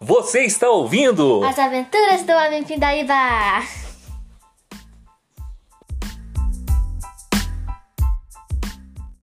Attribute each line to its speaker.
Speaker 1: Você está ouvindo?
Speaker 2: As Aventuras do Homem Pindaíba!